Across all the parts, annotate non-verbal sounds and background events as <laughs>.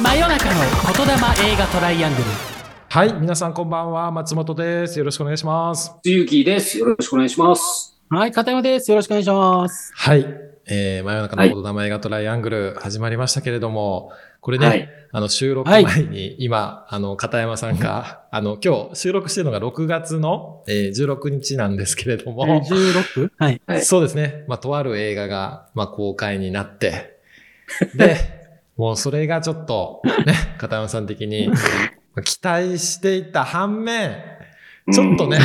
真夜中の言霊映画トライアングルはい、皆さんこんばんは、松本です。よろしくお願いします。つゆきです。よろしくお願いします。はい片山ですよろしくお願いしますはい、えー、真夜中のはい言霊映画トライアングル始まりましたけれども、これね、はい。あの収録は前いに今、あの、片山さん <laughs> が、あの、今日収録してるのが6月の、えー16日なんですけれどえもー、16はい <laughs> はいそうですね、まあ、とある映画が、まあ、公開にな <laughs> って、で、もうそれがちょっと、ね、片山さん的 <laughs> に、まあ期待していた反面、ちょっとね、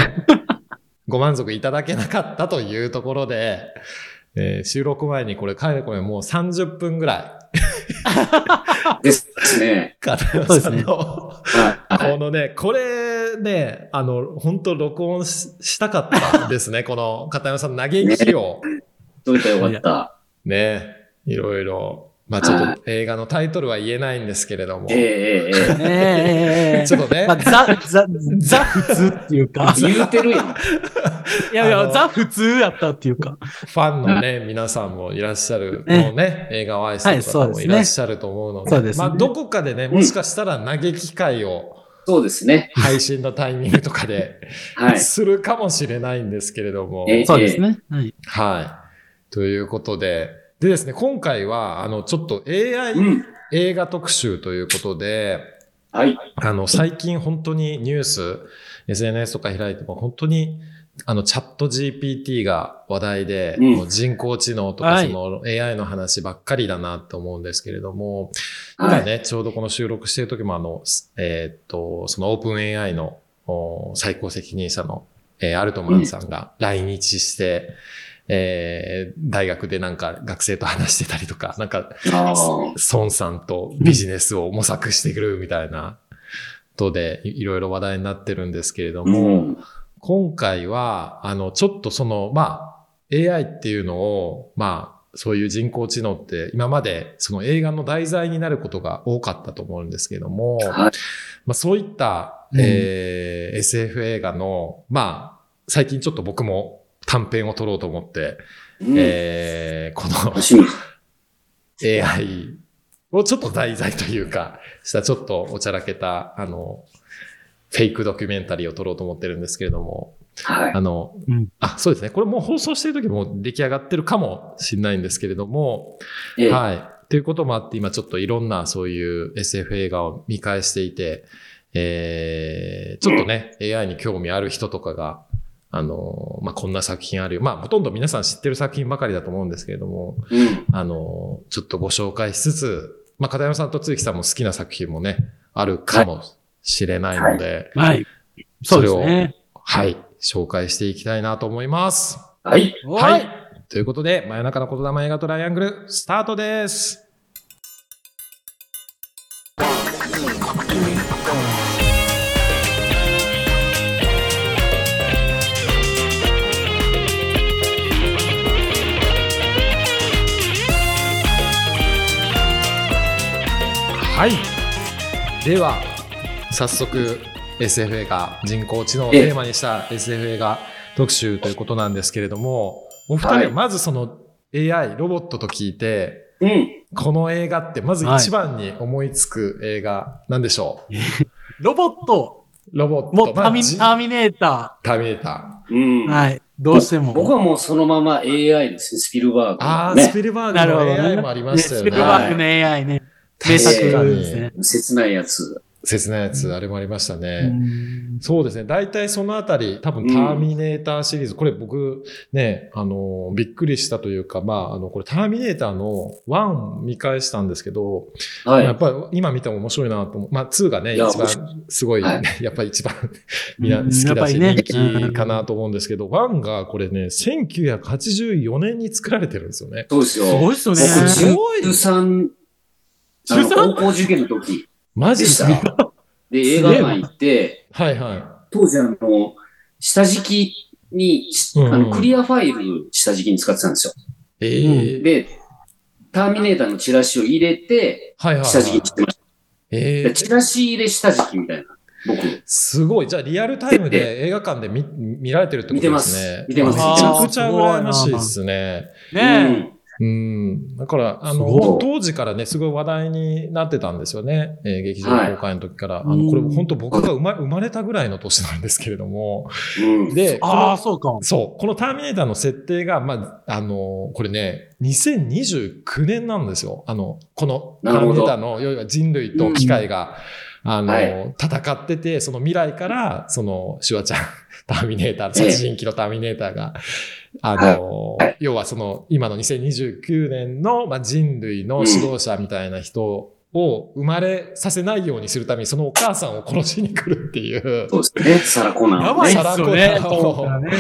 <laughs> ご満足いただけなかったというところで、えー収録前にこれ、かれこれもう30分ぐらい、うん。ですね。片山さんの、はい。はいこのね、これね、あの、本当録音ししたかったですね、この片山さんの嘆きを。どういったらよかね、いろいろ、まあちょはっと映画のタイトルは言えないんですけれども、った。ええちえええーええ <laughs> ーえょっとねー、まあ、ザ、ザ、ザ普通っていうかえ。言うてるやん。いやいあや、のザ普通やったっていうか。ファンのね、皆さんもいらっしゃる、ねもうね、映画を愛するは方いそうでもすねいらっしゃると思うので、そうですねまあどこかでね、もしかしたら嘆き会をそうですね。配信のタイミングとかではい。するかもしれないんですけれども、ええそうですね。はい。はい。ということで、でですね、今回は、あの、ちょっと AI うん。映画特集ということで、はい。あの、最近本当にニュース、SNS とか開いても本当に、あの、チャット GPT が話題で、うんもう人工知能とか、はいその AI の話ばっかりだなと思うんですけれども、は今い。ね、ちょうどこの収録してる時も、あの、すえーっと、そのオープン AI のお最高責任者の、えーアルトマンさんが来日して、えー大学でなんか学生と話してたりとか、なんかあー孫さんとビジネスを模索してくるみたいなことでいいろいろ話題になってるんですけれどうも、ん。今回は、あの、ちょっとその、まあ、AI っていうのを、まあ、そういう人工知能って今までその映画の題材になることが多かったと思うんですけども、はい。まあ、そういった、うんえー SF 映画の、まあ、最近ちょっと僕も短編を撮ろうと思って、うんえーこの楽しみ。 AI をちょっと題材というか、したちょっとおちゃらけた、あの、フェイクドキュメンタリーを撮ろうと思ってるんですけれども、はい。あの、うんあ、そうですね。これもう放送してる時も出来上がってるかもしれないんですけれども、ええはい。ということもあって、今ちょっといろんなそういう SF 映画を見返していて、えー、ちょっとね、AI に興味ある人とかが、あの、まあ、こんな作品あるよ。まあ、ほとんど皆さん知ってる作品ばかりだと思うんですけれども、うん。あの、ちょっとご紹介しつつ、まあ、片山さんと露木さんも好きな作品もね、あるかもしれないので、はい。そうですね。はい、紹介していきたいなと思います。はい。おはい。ということで、真夜中の言霊映画トライアングル、スタートです。はい。では、早速、SF 映画、人工知能をテーマにした SF 映画特集ということなんですけれども、お二はい人、まずその AI、ロボットと聞いて、うん。この映画ってまず一番に思いつく映画、なんでしょうロボット、ロボット、もうタミまあじターミネータターミネータうん。ー。はい。どうしても。僕はもうそのまま AI ですね。スピルー。バーグ。ああ、スね。ピルバなーるグほどのね AI もありましたよねね。スピルバーグの AI ね。名作確かにですね。切ないやつ。切ないやつ、あれもありましたうね。んそうですね。大体そのあたり、多分ターミネーターシリーズ、これ僕ね、あの、びっくりしたというか、まあ、あの、これターミネーターの1を見返したんですけど、はやいっ。ぱり今見ても面白いなと思う。まあ2がね、いや一面番すごい、はい <laughs> やっぱり <laughs> 一番みんな好きやっだぱしりね人気かなと思うんですけど、1がこれね、1984年に作られてるんですよね。そうですよ。すごいっすよね。僕すごい13、あの 13? 高校受験の時マジでっしすたか。で、すげえ映画館行って、はいは当時あの、下敷きに、しうんうんあの、クリアファイル下敷きに使ってたんですよ。い。えーで、ターミネーターのチラシを入れて、はいはいはい。下敷きにしてましえた。ーチラシ入れ下敷きみたいな。僕、すごい。じゃあリアルタイムで映画館で見見られてるってことですね。見てます見てまめちすゃくちゃ羨ましいですね。ねえ。うんうん。だから、あのすごい、当時からね、すごい話題になってたんですよね。えー劇場公開の時から。はいあの、これうん本当僕が生ま生まれたぐらいの年なんですけれども。うん。で、こあのあ、そうか。そう、このターミネーターの設定が、まあ、あの、これね、2029年なんですよ。あの、このタなるーミほネーどターの、要は人類と機械が、あの、はい戦ってて、その未来から、その、シュワちゃん、 <laughs> ターミネーター、殺人鬼のターミネーターが、あの、はい要はその、今の2029年の、まあ、人類の指導者みたいな人を生まれさせないようにするために、そのお母さんを殺しに来るっていう。そうですね。サラコナン。やばいっサラすコよナね。ーと思ったらね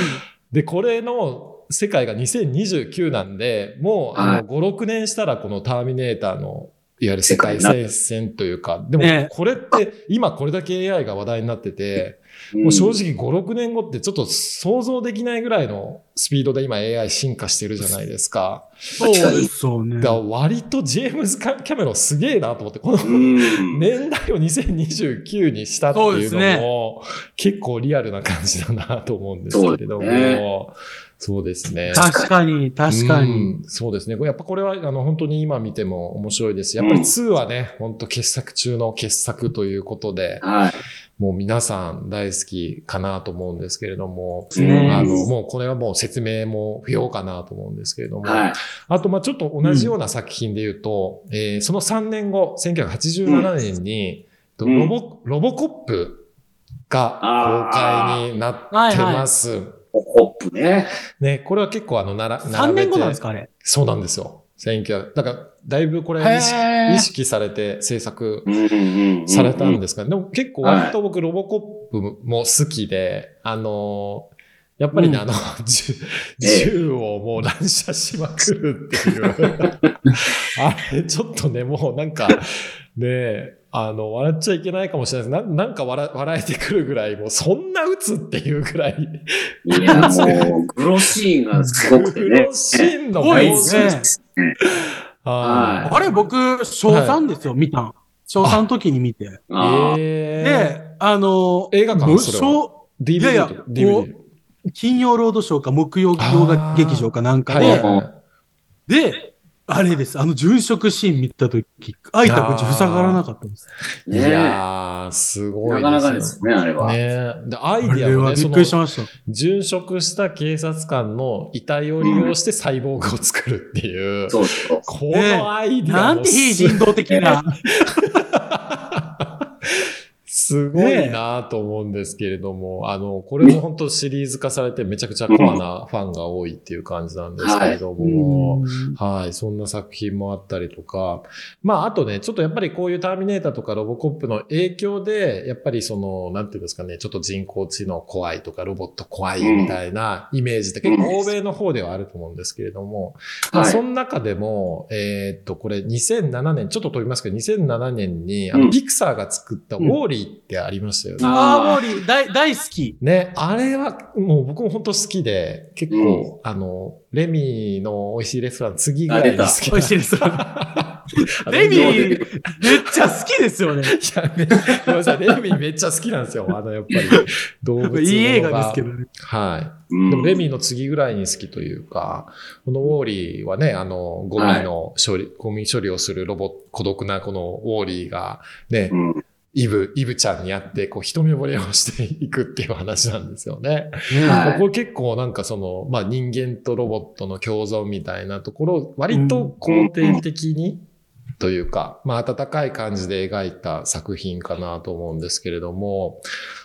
で、これの世界が2029なんで、もう、はあいの、5、6年したらこのターミネーターの、いわゆる世界戦線というか、でもね、これって、今これだけ AI が話題になってて、もう正直5、6年後ってちょっと想像できないぐらいのスピードで今 AI 進化してるじゃないですか。そうですよねだ。から割とジェームズ・キャメロンすげえなと思って、このうん。うん。年代を2029にしたってそういでうすのも、ね結構リアルな感じだなと思うんですけれどそうですねも、そうですね。確かに、確かに。うんそうですね。これやっぱこれはあの本当に今見ても面白いですし。やっぱりうん2はね、本当傑作中の傑作ということで、はい。もう皆さん大好きかなと思うんですけれども、すねあの、もうこれはもう説明も不要かなと思うんですけれども、はい。あと、まあちょっと同じような作品で言うと、えーその3年後、1987年に、とうんロボ、ロボコップが公開になってます。ホップね。ね、これは結構あの、なら、 3年後なんですかか、あれ。そうなんですよ。1900、だから、だいぶこれ意識へー意識されて制作うんうんうんうん。されたんですかね。でも結構割と僕ロボコップも好きで、あのーやっぱりね、うんあの、 <laughs> 銃ええ銃をもう乱射しまくるっていう。あれ、ちょっとね、もうなんか、ねえ、あの、笑っちゃいけないかもしれないです。ななんか笑笑えてくるぐらい、もうそんな打つっていうぐらい、いや、もう、グロシーンがすごくてグねロ。シーンのすごいで秒すね数。はいあれ、僕、小3ですよ、見たん。小3の時に見て。ああ。えで、あの、映画館無それは償、ー、DVD いやいやと DVD。金曜ロードショーか木曜洋画劇場かなんかはいで、はいはいで、あれです、あの、殉職シーン見た時、開いた口塞がらなかったんです。いねやー、すごいなよかなかですね、あれは。ねえで、アあイディれアもはね、びそっのくりしました。殉職した警察官の遺体を利用してサイボーグを作るっていう。そうそう。このアイディなアんもて非す人道的な。すごいなと思うんですけれども、あの、これも本当シリーズ化されてめちゃくちゃコアなファンが多いっていう感じなんですけれども。はい、そんな作品もあったりとか、まあ、あとね、ちょっとやっぱりこういうターミネーターとかロボコップの影響で、やっぱりその、なんていうんですかね、ちょっと人工知能怖いとか、ロボット怖いみたいなイメージって結構欧米の方ではあると思うんですけれども、まあ、はいその中でも、えーっと、これ2007年、ちょっと飛びますけど、2007年に、あうの、んピクサーが作ったウォーリーってありましたよね。ああ、モーリー、大、大好き。ね、あれは、もう僕も本当好きで、結構、あの、レミの美味しいレストラン次ぐらいに好き美味しい <laughs> です。レミー、めっちゃ好きですよね。いや、めごめんなさい、レミめっちゃ好きなんですよ。あの、やっ <laughs> ぱり、動物のがいい映画ですけどね。はうい。んでも、レミの次ぐらいに好きというか、このウォーリーはね、あの、ゴミの処理、ゴミ処理をするロボット、孤独なこのウォーリーが、ねう、んイブ、イブちゃんに会って、こう、一目惚れをしていくっていう話なんですよね。はいここ結構なんかその、まあ、人間とロボットの共存みたいなところを割と肯定的にというか、まあ、温かい感じで描いた作品かなと思うんですけれども、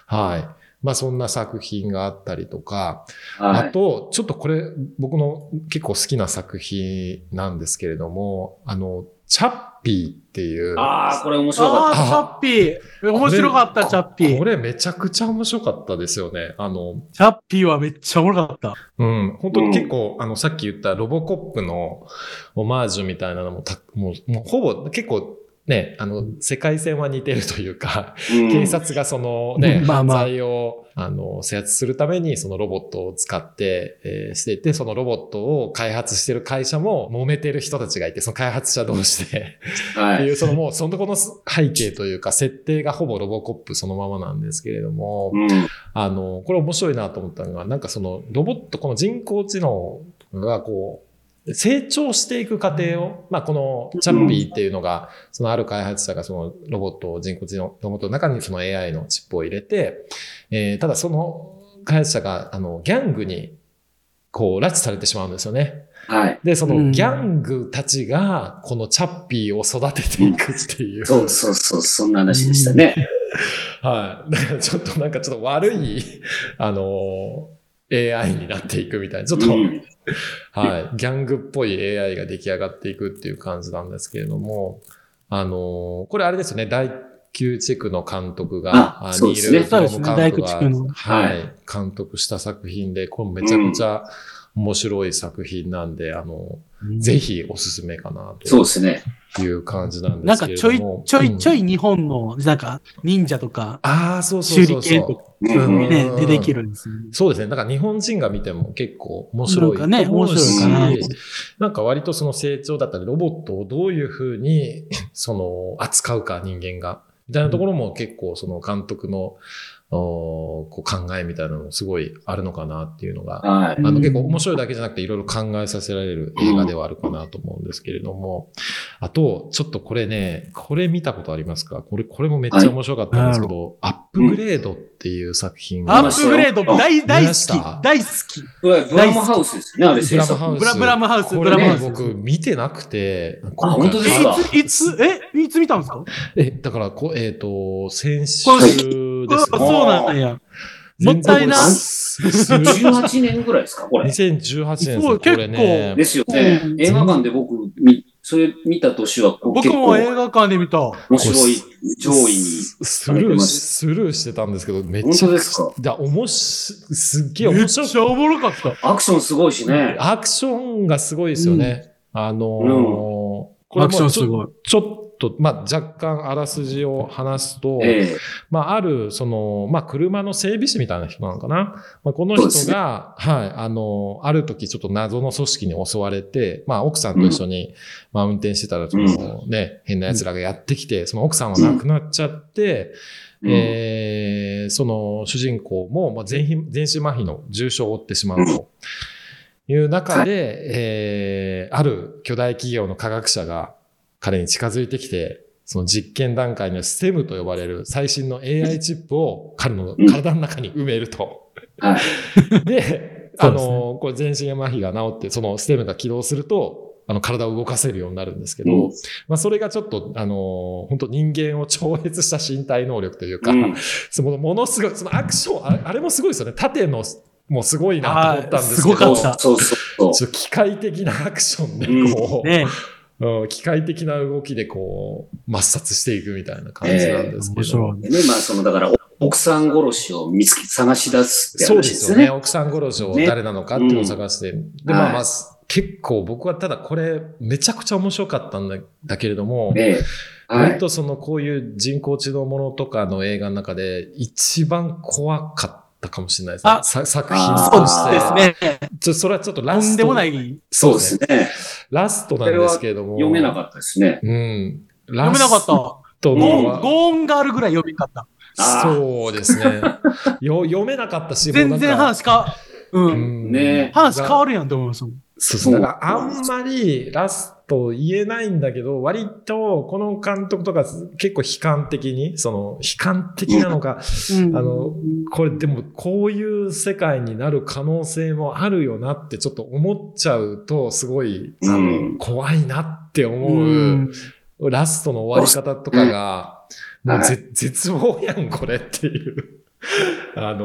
はい。まあ、そんな作品があったりとか、はあい。と、ちょっとこれ僕の結構好きな作品なんですけれども、あの、チャッピーっていう、ああ、これ面白かっああ、チャッピー。面白かった、チャッピこー。れめちゃくちゃ面白かったですよね。あの、チャッピーはめっちゃおもろかった。うん、本当に結構、あの、さっき言ったロボコップのオマージュみたいなのもた、もう、もうほぼ結構ね、あの、世界線は似てるというか、た。うん警察がそのね、まあ犯まあ罪を、あの、制圧するためにそのロボットを使って、えーしていて、そのロボットを開発してる会社も揉めてる人たちがいて、その開発者同士で、っはていい。う、そのもう、そのとこの背景というか、設定がほぼロボコップそのままなんですけれども、うん。あの、これ面白いなと思ったのが、なんかそのロボット、この人工知能がこう、成長していく過程を、まあ、このチャッピーっていうのが、そのある開発者がそのロボットを人工知能ロボットの中にその AI のチップを入れて、えーただその開発者が、あの、ギャングに、こう、拉致されてしまうんですよね。はい。で、そうのんギャングたちが、このチャッピーを育てていくっていう。そうそうそう、そんな話でしたね。はい。だからちょっとなんかちょっと悪い、 <laughs> あのー AI になっていくみたいな、ちょっと、うんはい、ギャングっぽい AI が出来上がっていくっていう感じなんですけれども、あのーこれあれですよね、第9地区の監督が、あそうですねニール・ゾーム監督がそうですね第九地区のはい、監督した作品で、これめちゃくちゃ面白い作品なんで、あのーぜひおすすめかなそうですね。という感じなんでなんすかけれちどょいも。ちょいちょい、い日本の、なんか忍者とか、ああ、そうそうそう手裏剣そとう。ううんんね、出てきるんですよね。そうですね。だから日本人が見ても結構面白いなとんかね思うし。面白いかなんか割とその成長だったり、ロボットをどういうふうに、 <laughs> その、扱うか人間が。みたいなところも結構その監督の、おーこう考えみたいなのもすごいあるのかなっていうのが。はあうのん結構面白いだけじゃなくていろいろ考えさせられる映画ではあるかなと思うんですけれども。あと、ちょっとこれね、これ見たことありますかこれ、これもめっちゃ面白かったんですけど、アップグレードっていう作品アがップグレード大、大好見ましたき、大好き。い。これブラムハウスですね、あれブ制ラムハ作。ウス。ブラブラムハウス、こブれラムハねウ、ス。僕見てなくて、あ本当ですかえいつ、いつ、えいつ見たんですかえ、だからこ、えっ、と、先週今ですあね。そうなんや。も全ったいな。 18年ぐらいですか、これ。 2018年ですね、そうこれね。ですよねう。ん映画館で僕、みそれ見た年はこう僕結構も映画館で見た。面白い上位に。スルーし、スルーしてたんですけど、めっちゃ。本当ですかいや、おもし、すっげえめ面っち白ゃおもろかった。アクションすごいしね。アクションがすごいですよね。あのーうんこれもアクションすちょごい。ちょっと、まあ、若干あらすじを話すと、ええまあ、ある、その、まあ、車の整備士みたいな人なのかな。まあ、このそうで人すねが、はい、あの、ある時ちょっと謎の組織に襲われて、まあ、奥さんと一緒に、まあ、運転してたら、その、ね、変な奴らがやってきて、その奥さんは亡くなっちゃって、うんえーその主人公も、まあ、全身全身麻痺の重傷を負ってしまうという中で、えーある巨大企業の科学者が彼に近づいてきて、その実験段階の STEM と呼ばれる最新の AI チップを彼の体の中に埋めると。はい。 <laughs> で、あそうのですねこれ全身麻痺が治って、その STEM が起動すると、あの体を動かせるようになるんですけど、うんまあそれがちょっと、あの本当人間を超越した身体能力というか、うんそのものすごい、そのアクション、あれあれもすごいですよね。縦のもうすごいなと思ったんですけど、はいすごかったそうそうちそょっと機械的なアクションうんで、こう、ねうん機械的な動きでこう、抹殺していくみたいな感じなんです面けど。白う。でね、まあその、だから、奥さん殺しを見つけ、探し出すってそうで話ですすよよね。ね。奥さん殺しを誰なのかっていうのを探して。で、まあまあ、結構僕はただこれめちゃくちゃ面白かったんだだけれども、ええは割い。とそのこういう人工知能ものとかの映画の中で一番怖かったかもしれないですね。あさ作品あそうとして。ですね。ちょ、それはちょっととラスト。んでもない。読そうですそねう。ですね。ラストなんですけれども。読めなかったですね。うん。めなかった。ラゴストのーはン、ゴーンがあるぐらい読めなかった。あーそうですね。 <laughs> よ読めなかったし、も全うなんか然話変わ、う。うんんね話変わるやんって思いますもん。そうそう。だからあんまりラスト言えないんだけど、割とこの監督とか結構悲観的に、その悲観的なのか、うんあの、これでもこういう世界になる可能性もあるよなってちょっと思っちゃうと、すごい、あうんの、怖いなって思ううんラストの終わり方とかが、うんもうはぜ絶望やん、これっていう、 <laughs> あうの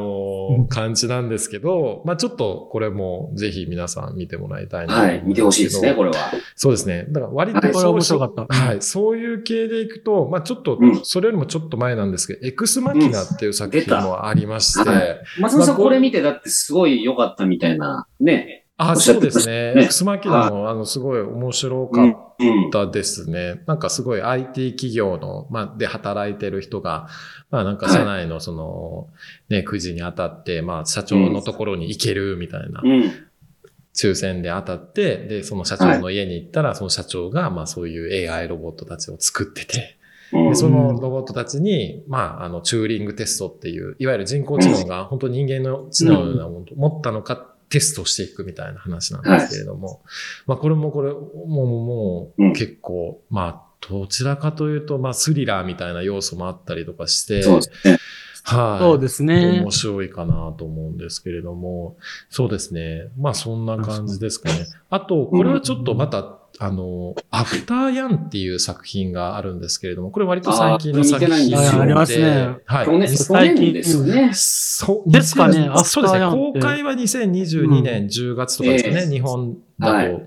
んー、感じなんですけど、まあちょっとこれもぜひ皆さん見てもらいたいなと思はうんい。見てほしいですね、これは。そうですね。だから割とはいこれは面白かったはい。そういう系でいくと、まあちょっとうん、それよりもちょっと前なんですけど、エクスマキナっていう作出品たもありまして、はい松本さまあん、こうこれ見て、だってすごい良かったみたいな。ね。あ、おっしゃそうってでましたすね。ねエクスマキナも、あの、すごい面白かっうん。たですね。なんかすごい IT 企業の、まあ、で働いてる人が、まあなんか社内のその、ね、くじに当たって、まあ社長のところに行けるみたいなう、ん。抽選で当たって、で、その社長の家に行ったら、その社長が、まあそういう AI ロボットたちを作ってて、うでんそのロボットたちに、まあ、あの、チューリングテストっていう、いわゆる人工知能が本当に人間の知能を持ったのか、テストしていくみたいな話なんですけれども、まあこれもこれ、もうもううん結構、まあどちらかというと、まあスリラーみたいな要素もあったりとかして、そうですね。はい。そうですね面。白いかなと思うんですけれども、そうですね。まあそんな感じですかね。あと、これはちょっとまた、あの、アフターヤンっていう作品があるんですけれども、これ割と最近の作あー見品てないんですよはいありますねはい。去年、実去際年ですよね。そう、ですかね2000アフターそうですね。ヤンっ公て開は2022年10月とかですかね、ええ日本だと。ははいい。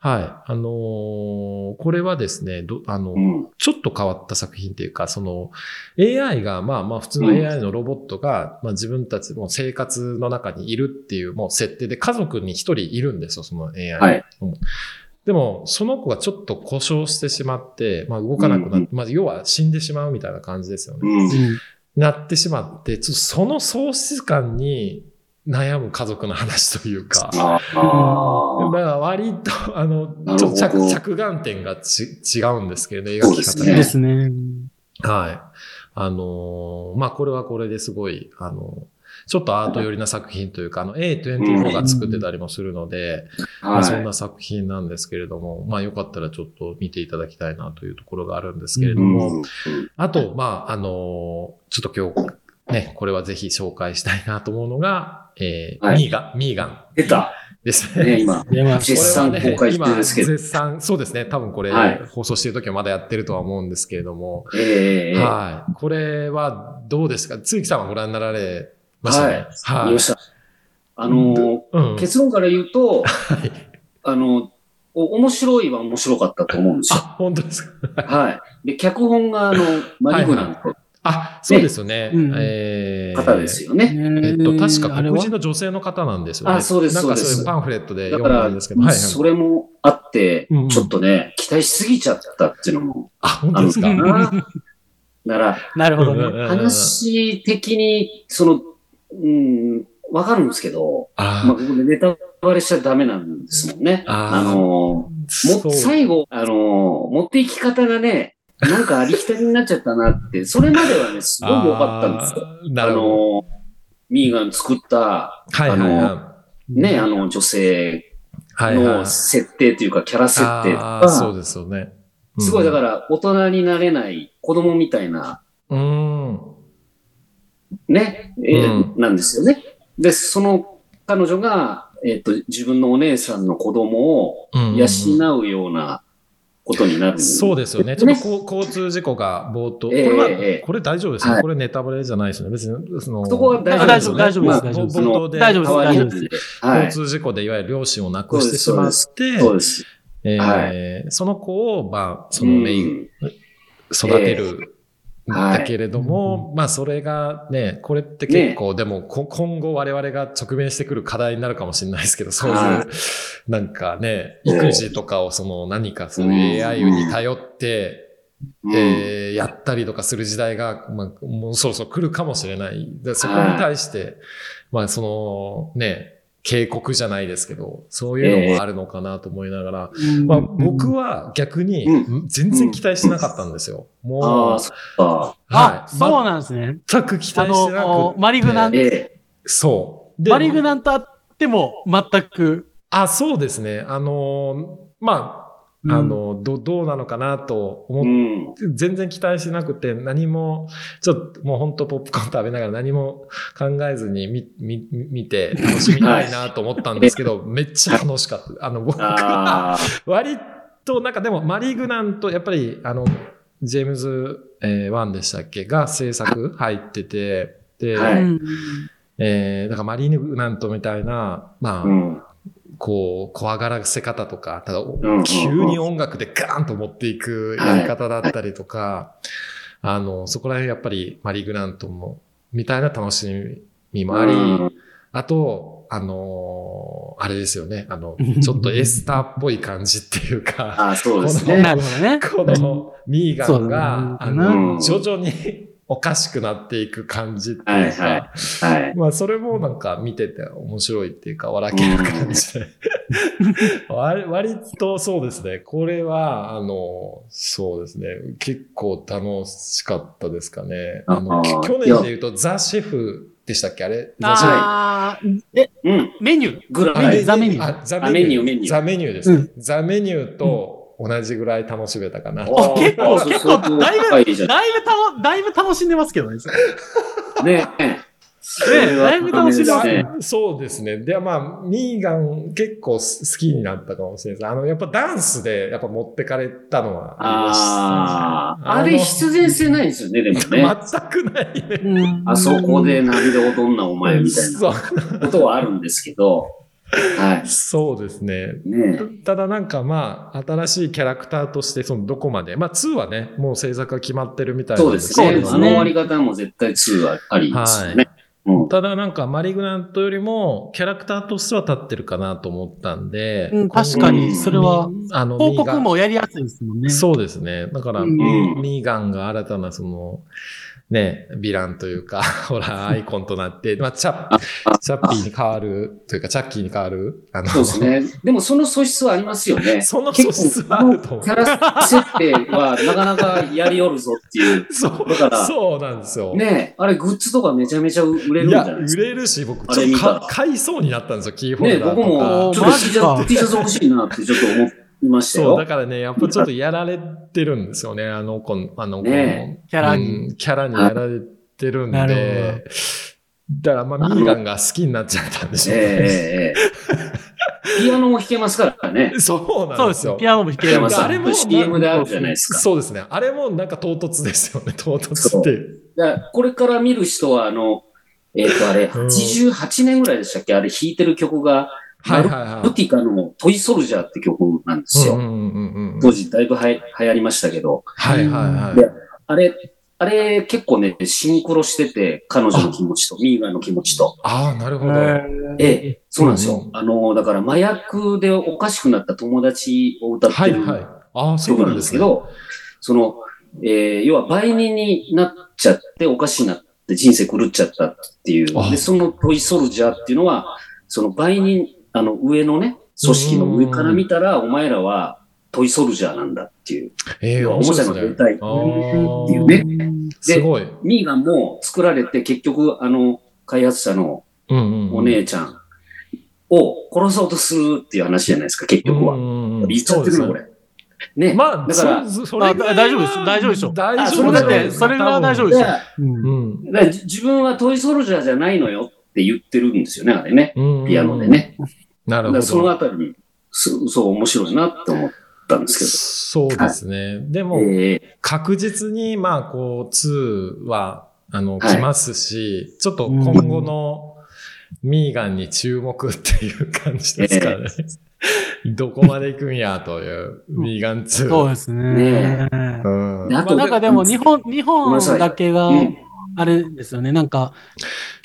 あのーこれはですね、どあの、うん。ちょっと変わった作品というか、その AI が、まあまあ普通のうん AI のロボットが、まあ自分たちの生活の中にいるっていうもう設定で家族に一人いるんですよ、その AI。はいうんでも、その子がちょっと故障してしまって、まあ動かなくなって、うんまあ要は死んでしまうみたいな感じですよね。う。うんんなってしまって、ちょっとその喪失感に悩む家族の話というか。あだあ。から割と、あのな、るほどちょっと着着眼点がち違うんですけれど、描きそ方うがねですね。はい。あのーまあ、これはこれですごい、あのちょっとアート寄りな作品というか、あの、A24 が作ってたりもするので、まあ、そんはな作品なんですけれども、まあ、よかったらちょっと見ていただきたいなというところがあるんですけれい。どうんも、あと、まあ、あのーちょっと今日、ね、これはぜひ紹介したいなと思うのが、えーはいミーガン、ミーガン出た。ですね。ね、今。出ます。絶賛公開中ですけど今絶賛、そうですね。多分これ、はい放送してる時はまだやってるとは思うんですけれども、ええはい。これはどうですかつゆきさんはご覧になられましたね。ええはい。見ました。あのー、うん。結論から言うと、いあの、お面白いは面白かったと思うんですあよ。、本当ですか。 <laughs> はい。で、脚本が、あの、マリグナントあ、そうですよね。うんえーの方ですよね。ええっと、確かあれ黒は人の女性の方なんですよね。あそうですなんかそうですいうパンフレットでだ読かんだらんですけど。はい、はい。それもあってうんうん、ちょっとね、期待しすぎちゃったっていうのもあ、本あ当るでんすかか。うんな。だから、 <laughs> なるほどうんね。うんうん話的に、その、うん、わかるんですけど、あまあ、ここでネタバレしちゃダメなんですもんね。あーあのー、そも、う最後、あのー、持っていき方がね、なんかありきたりになっちゃったなって、それまではね、すごい良かったんですよ。あーなあるのほど。ー、ミーガン作った、はいはいはね、あの、女性い。はいはいの。設定というか、キャラ設定とあーそうか、ですよね。、すごいだからら、大人になれない子供みたいなうん。ね、えーうなんですよね。で、その彼女が、えっと自分のお姉さんの子供をうん養うようなことになるんですそうですよね。ちょっとこう交通事故が冒頭。こええれは、ええこれ大丈夫ですね、はいこれネタバレじゃないですよね。別に、その。そこは大丈夫大丈夫ですまあ大丈夫です冒頭で。大丈夫です変わ大り丈な夫んでで。は交い。通事故でいわゆる両親を亡くしてしそうまでっすて、そうです。えーはその子を、まあ、そのメイン、うん育てるんだけれども、まあ、それがね、これって結構、でも、こ今後我々が直面してくる課題になるかもしれないですけど、そういうはい、なんかね、ええ育児とかをその何かそうういんう AI に頼って、うんえーやったりとかする時代が、まあ、もうそろそろ来るかもしれない。でそこに対して、まあ、その、ね、警告じゃないですけど、そういうのもあるのかなと思いながら、まあ、僕は、は逆にう全然期待してなかったんですよ。あもあ、う、そっか。あ、いそうなんですね。全く期あ待してなのく、て。マリグナン、ええそう。でマリグナンとあっても全く、あ、そうですね。あの、まあ、あの、どどうなのかなと思っうん。全然期待しなくて、何も、ちょっともう本当ポップコーン食べながら何も考えずに見、みみ見て楽しみたいなと思ったんですけど、めっちゃ楽しかった。あの、僕はああ、割となんかでもマリーグナンとやっぱりあの、ジェームズ、えーワンでしたっけが制作入ってて、で、うはいんえー、だからマリーグナントみたいな、まあ、うん。こう、怖がらせ方とか、ただ、んうん急に音楽でガーンと持っていくやり方だったりとか、あの、そこら辺やっぱりマリー・グラントも、みたいな楽しみもあり、うんあと、あのーあれですよね、あの、ちょっとエスターっぽい感じっていうか、 <laughs> ああ、そうですこのね。なるほどね。このミーガンが、そあうだねの、うん徐々に <laughs> おかしくなっていく感じってはいいうか、はい。は <laughs> い。まあ、それもなんか見てて面白いっていうか、笑ける感じで。 <laughs> 割割とそうですね。これは、あの、そうですね。結構楽しかったですかね。あの、あきー去年で言うと、ザ・シェフっでしたっけあれあーえ、うん。メニュー。ぐらメニュいー。ザメニュー。あ、ザあメニューメニューザメニューですね。ザメニューと同じぐらい楽しめたかな。あ結構そう結構そうだいぶはいいいじゃんだいぶたも、だいぶ楽しんでますけどね。ねえ。ねだいぶ楽しんでますそれはダメでそうですね。で、まあ、ミーガン結構好きになったかもしれないです。あの、やっぱダンスでやっぱ持ってかれたのはりましたああ、あれ必然性ないんですよね、でも <laughs> ね。全くないね。あそこ。で涙をどんなお前みたいそうなことはあるんですけど、はそうですね。い。ねえ。ただなんかまあ、新しいキャラクターとして、そのどこまで、まあ2はね、もう制作が決まってるみたいなそんうですけどね。そうですあねの終わり方も絶対2はありですよね。うんただなんかマリグナントよりもキャラクターとしては立ってるかなと思ったんで、うん、確今か後に、それは、あの報告ミーもやりやすいですもんガね。ンそうですね。だから、うんミーガンが新たなその、ね、ヴィランというか、 <laughs> ほら、アイコンとなって、まあ、チャッ、チャッピーに変わる、というか、チャッキーに変わる、あの、そうですね。でもその素質はありますよ <laughs> ね。その素質はあると思う結構このキャラ設定はなかなかやりおるぞっていう。そう、だからそうなんですよ。ねえ、あれグッズとかめちゃめちゃ売れるんいじゃや、ないで売すか。れるし、僕、あちれょっ見とたらか買いそうになったんですよ、キーホねえ、ルダー僕とか。もちょっと T シマジャかツ T シャツ欲しいなってちょっと思いましたそう、だよ。からね、やっぱちょっとやられてるんですよね、あの子の、あの子の、ねキャラにうんキャラにやられてるんなるで、だからまあ、ミーガンが好きになっちゃったんでしょうね。ええええ。ピアノも弾けますからね。 <laughs> そうそなうんでですすよよ。。ピアノも弾け北る山かさら。あれんもと CM であるじゃないですか。そうですね。あれもなんか唐突ですよね、唐突っていう。だからこれから見る人は、あの、えっ、と、あれ、うん88年ぐらいでしたっけあれ弾いてる曲が、はいはいはブティカのトイソルジャーって曲なんですい。よ。うんうんうんうんうん当時だいぶはや流行りましたけど、はいはいはい。であれ、あれ結構ね、シンクロしてて、彼女の気持ちと、ミーガンの気持ちと。ああ、なるほど。ええ、そうなんですよ。うんうんあの、だから麻薬でおかしくなった友達を歌っはているはい。ああ、そうな曲なんんでですすけね。ど、その、えー要は売人になっちゃって、おかしになって人生狂っちゃったっていう。あで、そのトイソルジャーっていうのは、その売人、あの、上のね、組織の上から見たら、お前らはトイソルジャーなんだっていう。ええ、要はお面もちゃ白いのです兵ね。隊。あっていうーねですごい。ミーガンも作られて、結局、あの、開発者のうんうんうん。お姉ちゃんを殺そうとするっていう話じゃないですか、結局は。は言っちゃってるの、これ。ね。まあ、だからそ、そまあれぐらいは大丈夫です大丈夫でしょう大丈夫あでしそょれうだって、それは大丈夫でしだょからうんうん。だからじ自分はトイソルジャーじゃないのよって言ってるんですよね、あれね。うんピアノで。ね。なるだかほらど。そのあたりに、すそう、面白いなって思ったんですそうですね。でけど。も、ええ確実に、まあ、こう、2は、あの、はい来ますし、ちょっと今後のミーガンに注目っていう感じですかね。 <laughs> どこまで行くんやという、ミーガン2。そうですねね。うんであまあ、なんかでも日本、日ごめんなさ本いだけが、あれですよね、なんか、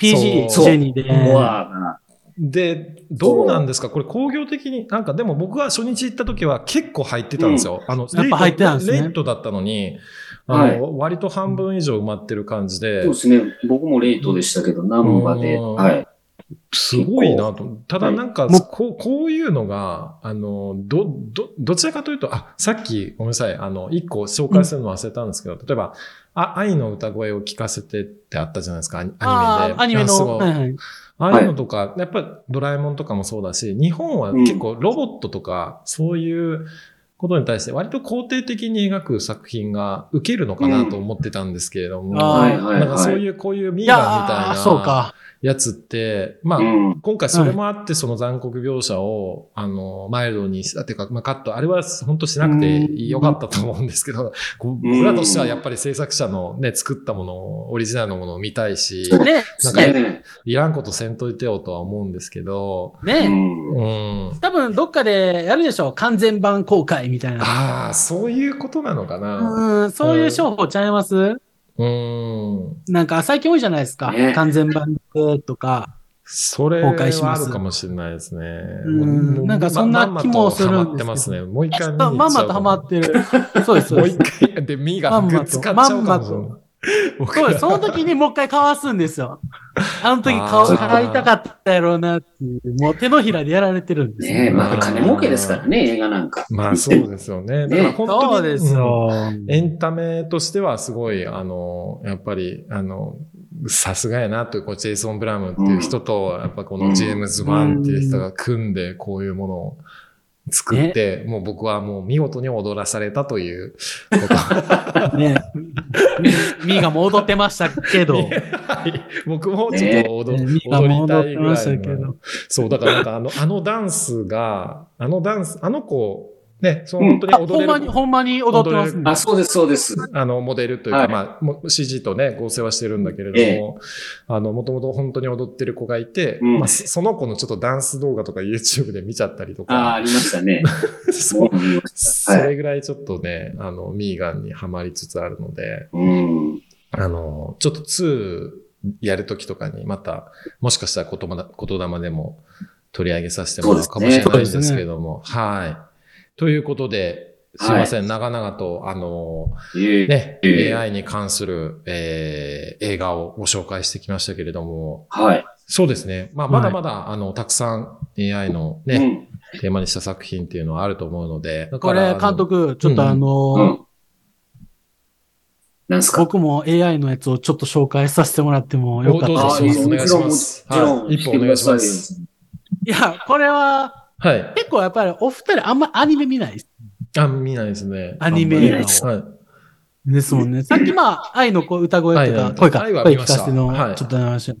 PG、そう J にで。うん、コアがで、どうなんですかこれ工業的に、なんかでも僕は初日行った時は結構入ってたんですよ。あの、やっぱ入ってたんですねレイトだったのに、あの、はい割と半分以上埋まってる感じでそう、ですね。僕もレイトでしたけど、ナンバで。うんはい。すごいなと。ただなんかはい、こう、こういうのが、あの、ど、ど、どちらかというと、あ、さっき、ごめんなさい、あの、一個紹介するの忘れたんですけど、例えば、あ、愛の歌声を聞かせてってあったじゃないですか、アニアニメあで。あ、アニメあすごの。いはいはいああいうのとか、やっぱりドラえもんとかもそうだし、日本は結構ロボットとか、そういうことに対して割と肯定的に描く作品が受けるのかなと思ってたんですけれども、うんあーはいはいなんかはそうい。いうこういうミいーガンみたやー、そういなか。やつって、まあ、うん。今回それもあって、その残酷描写を、あの、マイルドにしたっていうか、まあ、カット、あれは本当しなくてよかったと思うんですけど、こう僕らとしてはやっぱり制作者のね、作ったもの、オリジナルのものを見たいし、ね、なんかねいらんことせんといてよとは思うんですけど、え。ね、うん。うん。多分どっかでやるでしょう、完全版公開みたいな。ああ、そういうことなのかな。うん、そういう商法ちゃいますうん。なんか最近多いじゃないですかね。完全版でとか。それ崩壊しはまあするかもしれないですね。うんもうなんかそんな気もするんですけどまんまとハマってますね。もう一回見にまあ行っまちゃうんまとハマってる。そうです、そうもうです一。回、で、ミーがグッズ買っちゃうかもしれない。僕そうです。その時にもう一回かわすんですよ。あの時顔あー買いたかったやろうなっていう、もう手のひらでやられてるんですよ。ねえ、まあ金儲けですからね、映画なんか。まあそうですよね。だから本当に。そうですよ。エンタメとしてはすごい、あの、やっぱり、あの、さすがやなという、こう、ジェイソン・ブラウンっていう人と、やっぱこのジェームズ・ワンっていう人が組んで、こういうものを作って、もう僕はもう見事に踊らされたという <laughs> こと。ね。みが戻ってましたけど。僕もちょっと踊,、ね踊みりたいぐが戻ってまらしいたのけどそう、だからなんかあの、あのダンスが、あのダンス、あの子、ね、そのうん本当にあ踊ほんれまるに、ほんまに踊ってますね。あ、そうです、そうです。あの、モデルというか、はいまあ、も CG とね、合成はしてるんだけれども、あの、もともと本当に踊ってる子がいて、うんまあ、そその子のちょっとダンス動画とか YouTube で見ちゃったりとああ、か、ありました <laughs> ね。そう、うん見ましそたはい。れぐらいちょっとね、あの、ミーガンにはまりつつあるので、うん。あの、ちょっと2やるときとかに、また、もしかしたら言霊言霊でも取り上げさせてもらうかもしれないんですけれども、はい。ということで、すいません、長々と、あの、いえいえね、ええ AI に関する、えー映画をご紹介してきましたけれども、はい。そうですね。まあ、はまいだまだ、あの、たくさん AI のうね、んテーマにした作品っていうのはあると思うので、だこかられ、監。督、ちょっとあのうー、ん。なんすか僕も AI のやつをちょっと紹介させてもらってもあのよおかっどうたぞであすしいいまですお願いすしまもす。ちろんもちろんはい。一本お願いします。いや、これは、はい。結構やっぱりお二人あんまアニメ見ないですあ、見ないですね。アニメあんまり映画はい。ですもんね。さっきまあ、愛の子歌声とはか、い声か、愛は声見聞まかしたせてのはい、ちょっと話。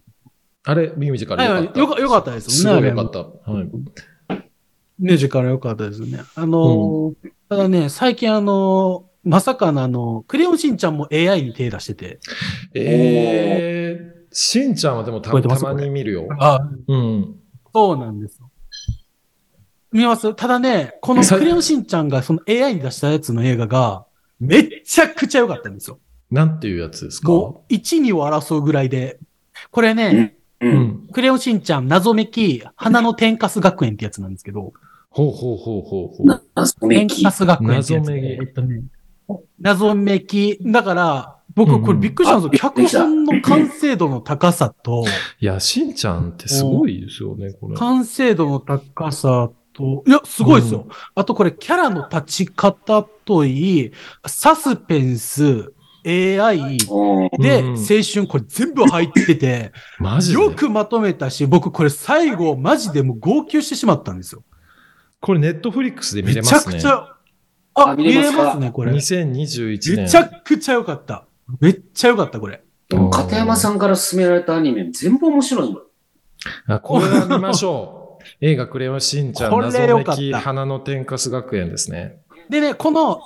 あれ、ミュージカル愛よかはった。よかよかったですすよごいね。あれよかっもた。はい。ミュージカルよかったですね。あのー、ただね、最近あのー、まさかのあの、クレヨンしんちゃんも AI に手出してて。えー、しんちゃんはでもた聞こえてますたまに見るよ。あうん。そうなんですよ。見ますただね、このクレヨンしんちゃんがその AI に出したやつの映画が、めっちゃくちゃ良かったんですよ。なんていうやつですかもう、1、2を争うぐらいで。これね、う。うんん。クレヨンしんちゃん謎めき、花の天かす学園ってやつなんですけど、ほうほうほうほうほう。謎天めきか。す学園ってやつで、謎めきえっとね謎めき。だから、僕、これびっくりしたんですよ。うんうんあ脚本の完成度の高さと、いや、しんちゃんってすごいですよね、これ。完成度の高さと、いや、すごいですよ。うあとこれ、キャラの立ち方といい、サスペンス、AI、おーで、うん青春、これ全部入ってて、マジでよくまとめたし、僕これ最後、マジでもう号泣してしまったんですよ。これ、ネットフリックスで見めれまちゃすくね。ちゃ、あ、あ見見れれますかますね、これ。め2021年。ちゃくちゃ良かった。めっちゃ良かった、これ。でも片山さんから勧められたアニメ、全部面白いの。あこれは見ましょう。 <laughs> 映画クレヨンしんちゃんこれ謎よめかったき花の天かす学園ですね。でね、この、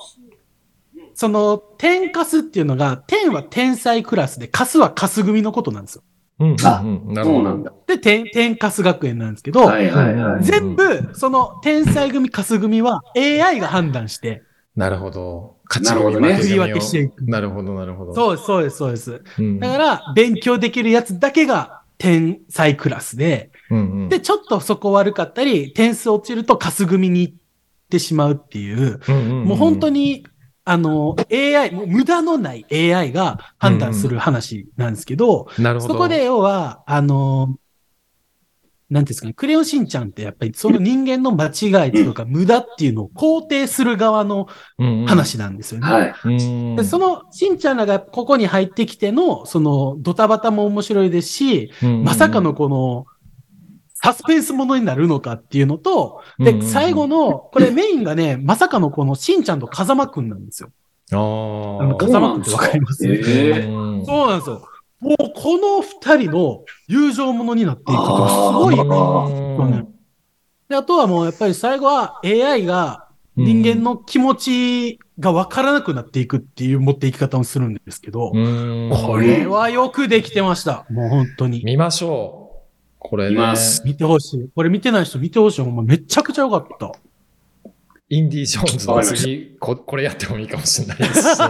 その、天かすっていうのが、天は天才クラスで、かすはかす組のことなんですよ。うん、あうん、うん。なるそほうなどん。だ。で、天、天かす学園なんですけど、はいはいはい。全部、その、天才組、かす組は AI が判断して、なるほど。勝なるほどね振り分けしていくなるほど、なるほど。そうです、そうです、そうです。うん。だから、勉強できるやつだけが、天才クラスで、うんうん、で、ちょっとそこ悪かったり、点数落ちるとかす組に行ってしまうっていう、うんうんうんもう本当。に、あの、AI、もう無駄のない AI が判断する話なんですけど、なるほそど。こで要は、あの、なんていうんですかね、クレヨンしんちゃんってやっぱりその人間の間違いとか無駄っていうのを肯定する側のうんうん、話なんですよね。はい。うん。でその、の、しんちゃんらがここに入ってきての、その、ドタバタも面白いですし、まさかのこの、サスペンスものになるのかっていうのと、うんうで、んうん最後の、これメインがね、まさかのこのしんちゃんと風間くんなんですよ。ああのー、風間くんってわかりますそうなんですかええうんそうなんですよ。もうこの二人の友情ものになっていくとかすごいよね。うんねであとはもうやっぱり最後は AI が人間の気持ちがわからなくなっていくっていう持っていき方をするんですけど、うんこれはよくできてました。もう本当に。見ましょう。これね。見ます見てほしい。これ見てない人見てほしい。ほんまめちゃくちゃよかった。インディ・ージョーンズのわかりまし次こ、これやってもいいかもしれないですね。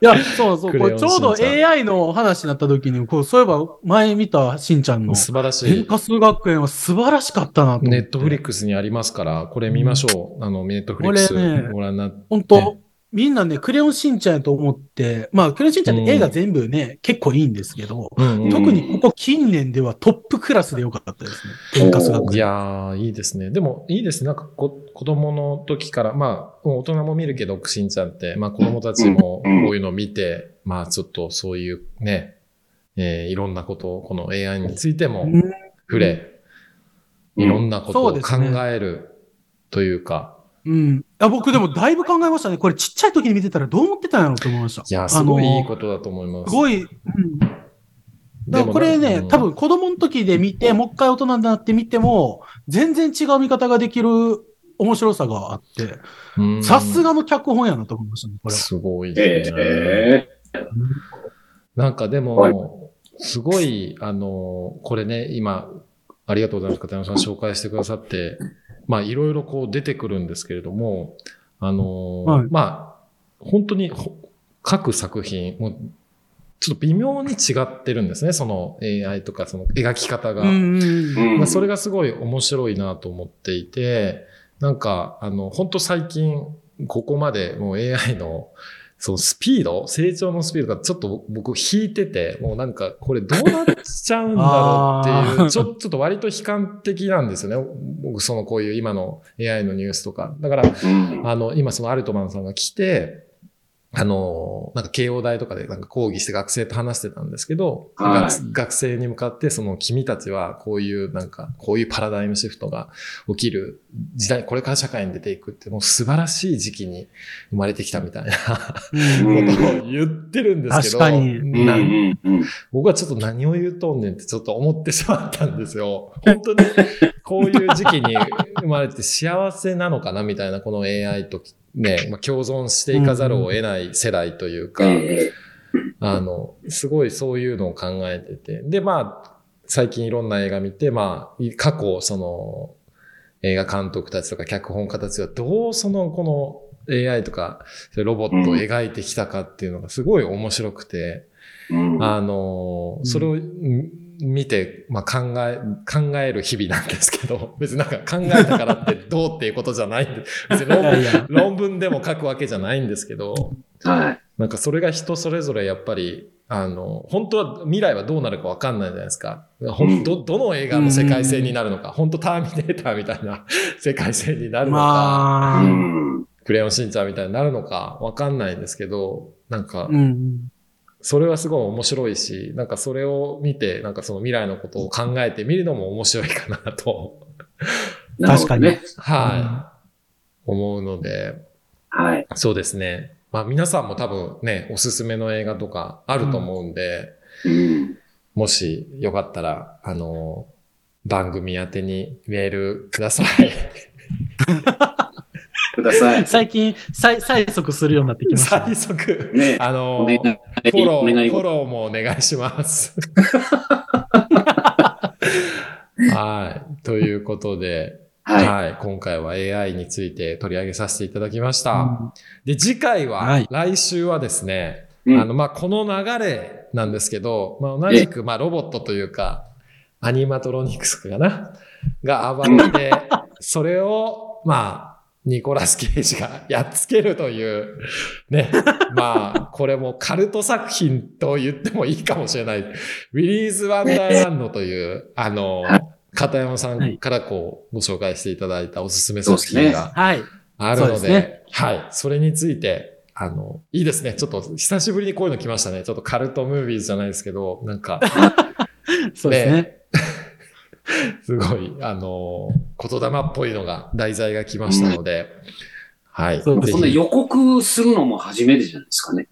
いや、そうそう、クこレれヨンちょうどしんち AI の話になった時に、こう、そういえば前見たしんちゃんの、素晴らし天い。下数学園は素晴らしかったなと思って。ネットフリックスにありますから、これ見ましょう。あの、ネットフリックこれねスご覧になって。本当みんなね、クレヨンしんちゃんやと思って、まあ、クレヨンしんちゃんって映画全部ね、結構いいんですけど、うんうんと特にここ近年ではトップクラスでよかったですね。天下数学い園。やー、いいですね。でも、いいですね。なんかこ、子供の時から、まあ、もう大人も見るけど、しんちゃんって、まあ、子供たちもこうんういうのを見て、まあちょっとそういうね、えーいろんなことを、この AI についてもうん触れ、うんいろんなことそうをで考すねえるというか、うん。あ僕でもだいぶ考えましたね。これちっちゃい時に見てたらどう思ってたんやろうと思いました。いや、すごいいいと。ことだと思います。すごい、うん。だからこれでもねうん、多分子供の時で見て、もう一回大人になって見ても、全然違う見方ができる面白さがあって、うんさすがの脚本やなと思いましたね、これは。すごいえですね。えなんかでも、はいすごい、あの、これね、今、ありがとうございます。片山さん紹介してくださって、まあ、いろいろこう出てくるんですけれども、あの、はいまあ、本当にほ各作品、もうちょっと微妙に違ってるんですね。その AI とか、その描き方が。うんうんうん。まあ、それがすごい面白いなと思っていて、なんか、あの、本当最近、ここまでもう AI の、そのスピード、成長のスピードがちょっと僕引いてて、もうなんかこれどうなっちゃうんだろうっていあーう、ちょちょっと割と悲観的なんですよね。僕そのこういう今の AI のニュースとか。だから、うんあの、今そのアルトマンさんが来て、あの、なんか慶応大とかでなんか講義して学生と話してたんですけど、はい学学生に向かってその君たちはこういうなんか、こういうパラダイムシフトが起きる時代、これから社会に出ていくってもう素晴らしい時期に生まれてきたみたいなうんうんことを言ってるんですけ確ど、かにうんなうんうん僕はちょっと何を言うとんねんってちょっと思ってしまったんです <laughs> よ。本当にこういう時期に生まれて幸せなのかなみたいな、この AI とね、まあ、共存していかざるを得ない世代というか、ええあの、すごいそういうのを考えてて。で、まあ、最近いろんな映画見て、まあ、い過去、その、映画監督たちとか脚本家たちがどうその、この AI とか、そういうロボットを描いてきたかっていうのがすごい面白くて、うんあのーそれをん見て、まあ、考え、考える日々なんですけど、 <laughs> 別になんか考えたからってどうっていうことじゃないんで、別に論いや文いや。論文でも書くわけじゃないんですけど、はい。なんかそれが人それぞれやっぱり、あの、本当は未来はどうなるかわかんないじゃないですか。ほうんんど、どの映画の世界線になるのか、本当ターミネーターみたいな世界線になるのか。まあ、ううんんクレヨンしんちゃんみたいになるのかわかんないんですけど、なんか、 <laughs> うん。それはすごい面白いし、なんかそれを見て、なんかその未来のことを考えてみるのも面白いかなと、なるほどね。はい、思うので、はい。そうですね。まあ皆さんも多分ね、おすすめの映画とかあると思うんで、うんもしよかったら、あの、番組宛てにメールください。 <laughs> ください。最近、最、催促するようになってきました。最速。ねあの、お願いフォロお願ー、いフォ事。ローもお願いします。 <laughs> はい。ということで、はい。はい。今回は AI について取り上げさせていただきましうた。んで、次回は、はい来週はですね、うんあの、まあ、この流れなんですけど、まあ、同じく、まあ、ロボットというか、アニマトロニクスかなが暴れ <laughs> て、それを、まあ、ニコラス・ケイジがやっつけるという、 <laughs> ね。まあ、これもカルト作品と言ってもいいかもしれない。ウィリーズ・ワンダーランドという、あの、片山さんからこう、ご紹介していただいたおすすめ作そう品ですねがはい。あるのでそうですねはい。それについて、あの、いいですね。ちょっと久しぶりにこういうの来ましたね。ちょっとカルトムービーズじゃないですけど、な <laughs> んか、そうですね。すごい、あの、言霊っぽいのが、題材が来ましたので、はい。そうぜそんなひ。予告するのも初めてじゃないですかね。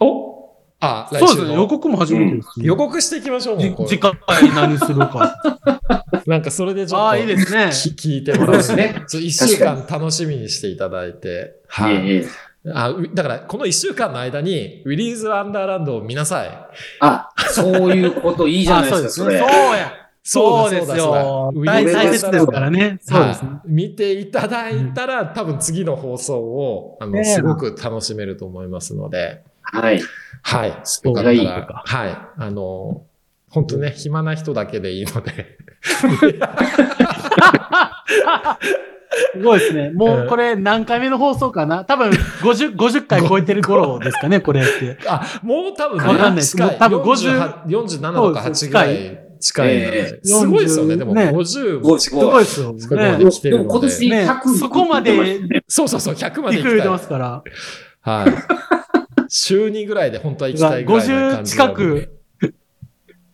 おあ、来そう週ですね。の予告も初めてですね。予告していきましょう、もうじこ次れ。回何するか。なんかそれでちょっと、ああ、いいですね。き聞いてもらうそうですね。ちょ一週間楽しみにしていただいて、はい。ええあうだから、この一週間の間に、ウィリーズ・ワンダーランドを見なさい。あ、そういうこといいじゃないですあそう <laughs> か、そですね。れ。そうや。そうですよ。大だ大切ですからね。そうですねは。い見ていただいたら、多分次の放送を、あねの、えすごく楽しめると思いますので、はい。はい。ようかったらいいとかはい。あの、本当ね、暇な人だけでいいので、 <laughs> すごいですね。もえうえこれ何回目の放送かな多分50、50回超えてる頃ですかね、これって。あ、もう多分ね、わかんないです近もう多分48 47とかそうです8ぐらい近いのでえ、えすごいですよね、 40でもね50もごすすごごい。いですよごいね。でねきてるのでも今年100そこまでそうそうそう、100まで手行くれてきたまいす。から。はい。 <laughs> 週2ぐらいで本当は行きたいぐらいの感じなのでうわ50近。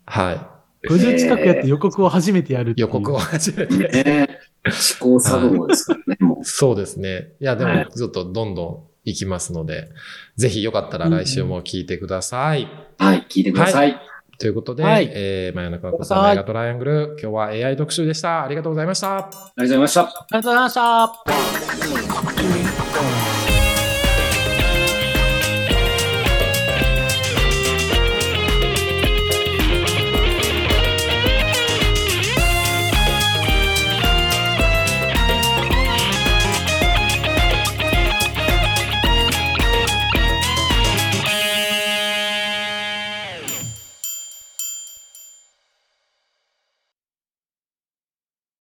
は50近くやって予告を初めてやるっい。ていう予告を初めて。ねえ試行錯誤ですからね、もそうですね。いや、ではもい、ちょっとどんどん行きますので、ぜひよかったら来週も聞いてください。う。はい、聞いてください。ということで、はいえー、真夜中の子くださんさい映画トライアングル、今日は AI 特集でした。ありがとうございました。ありがとうございました。ありがとうございました。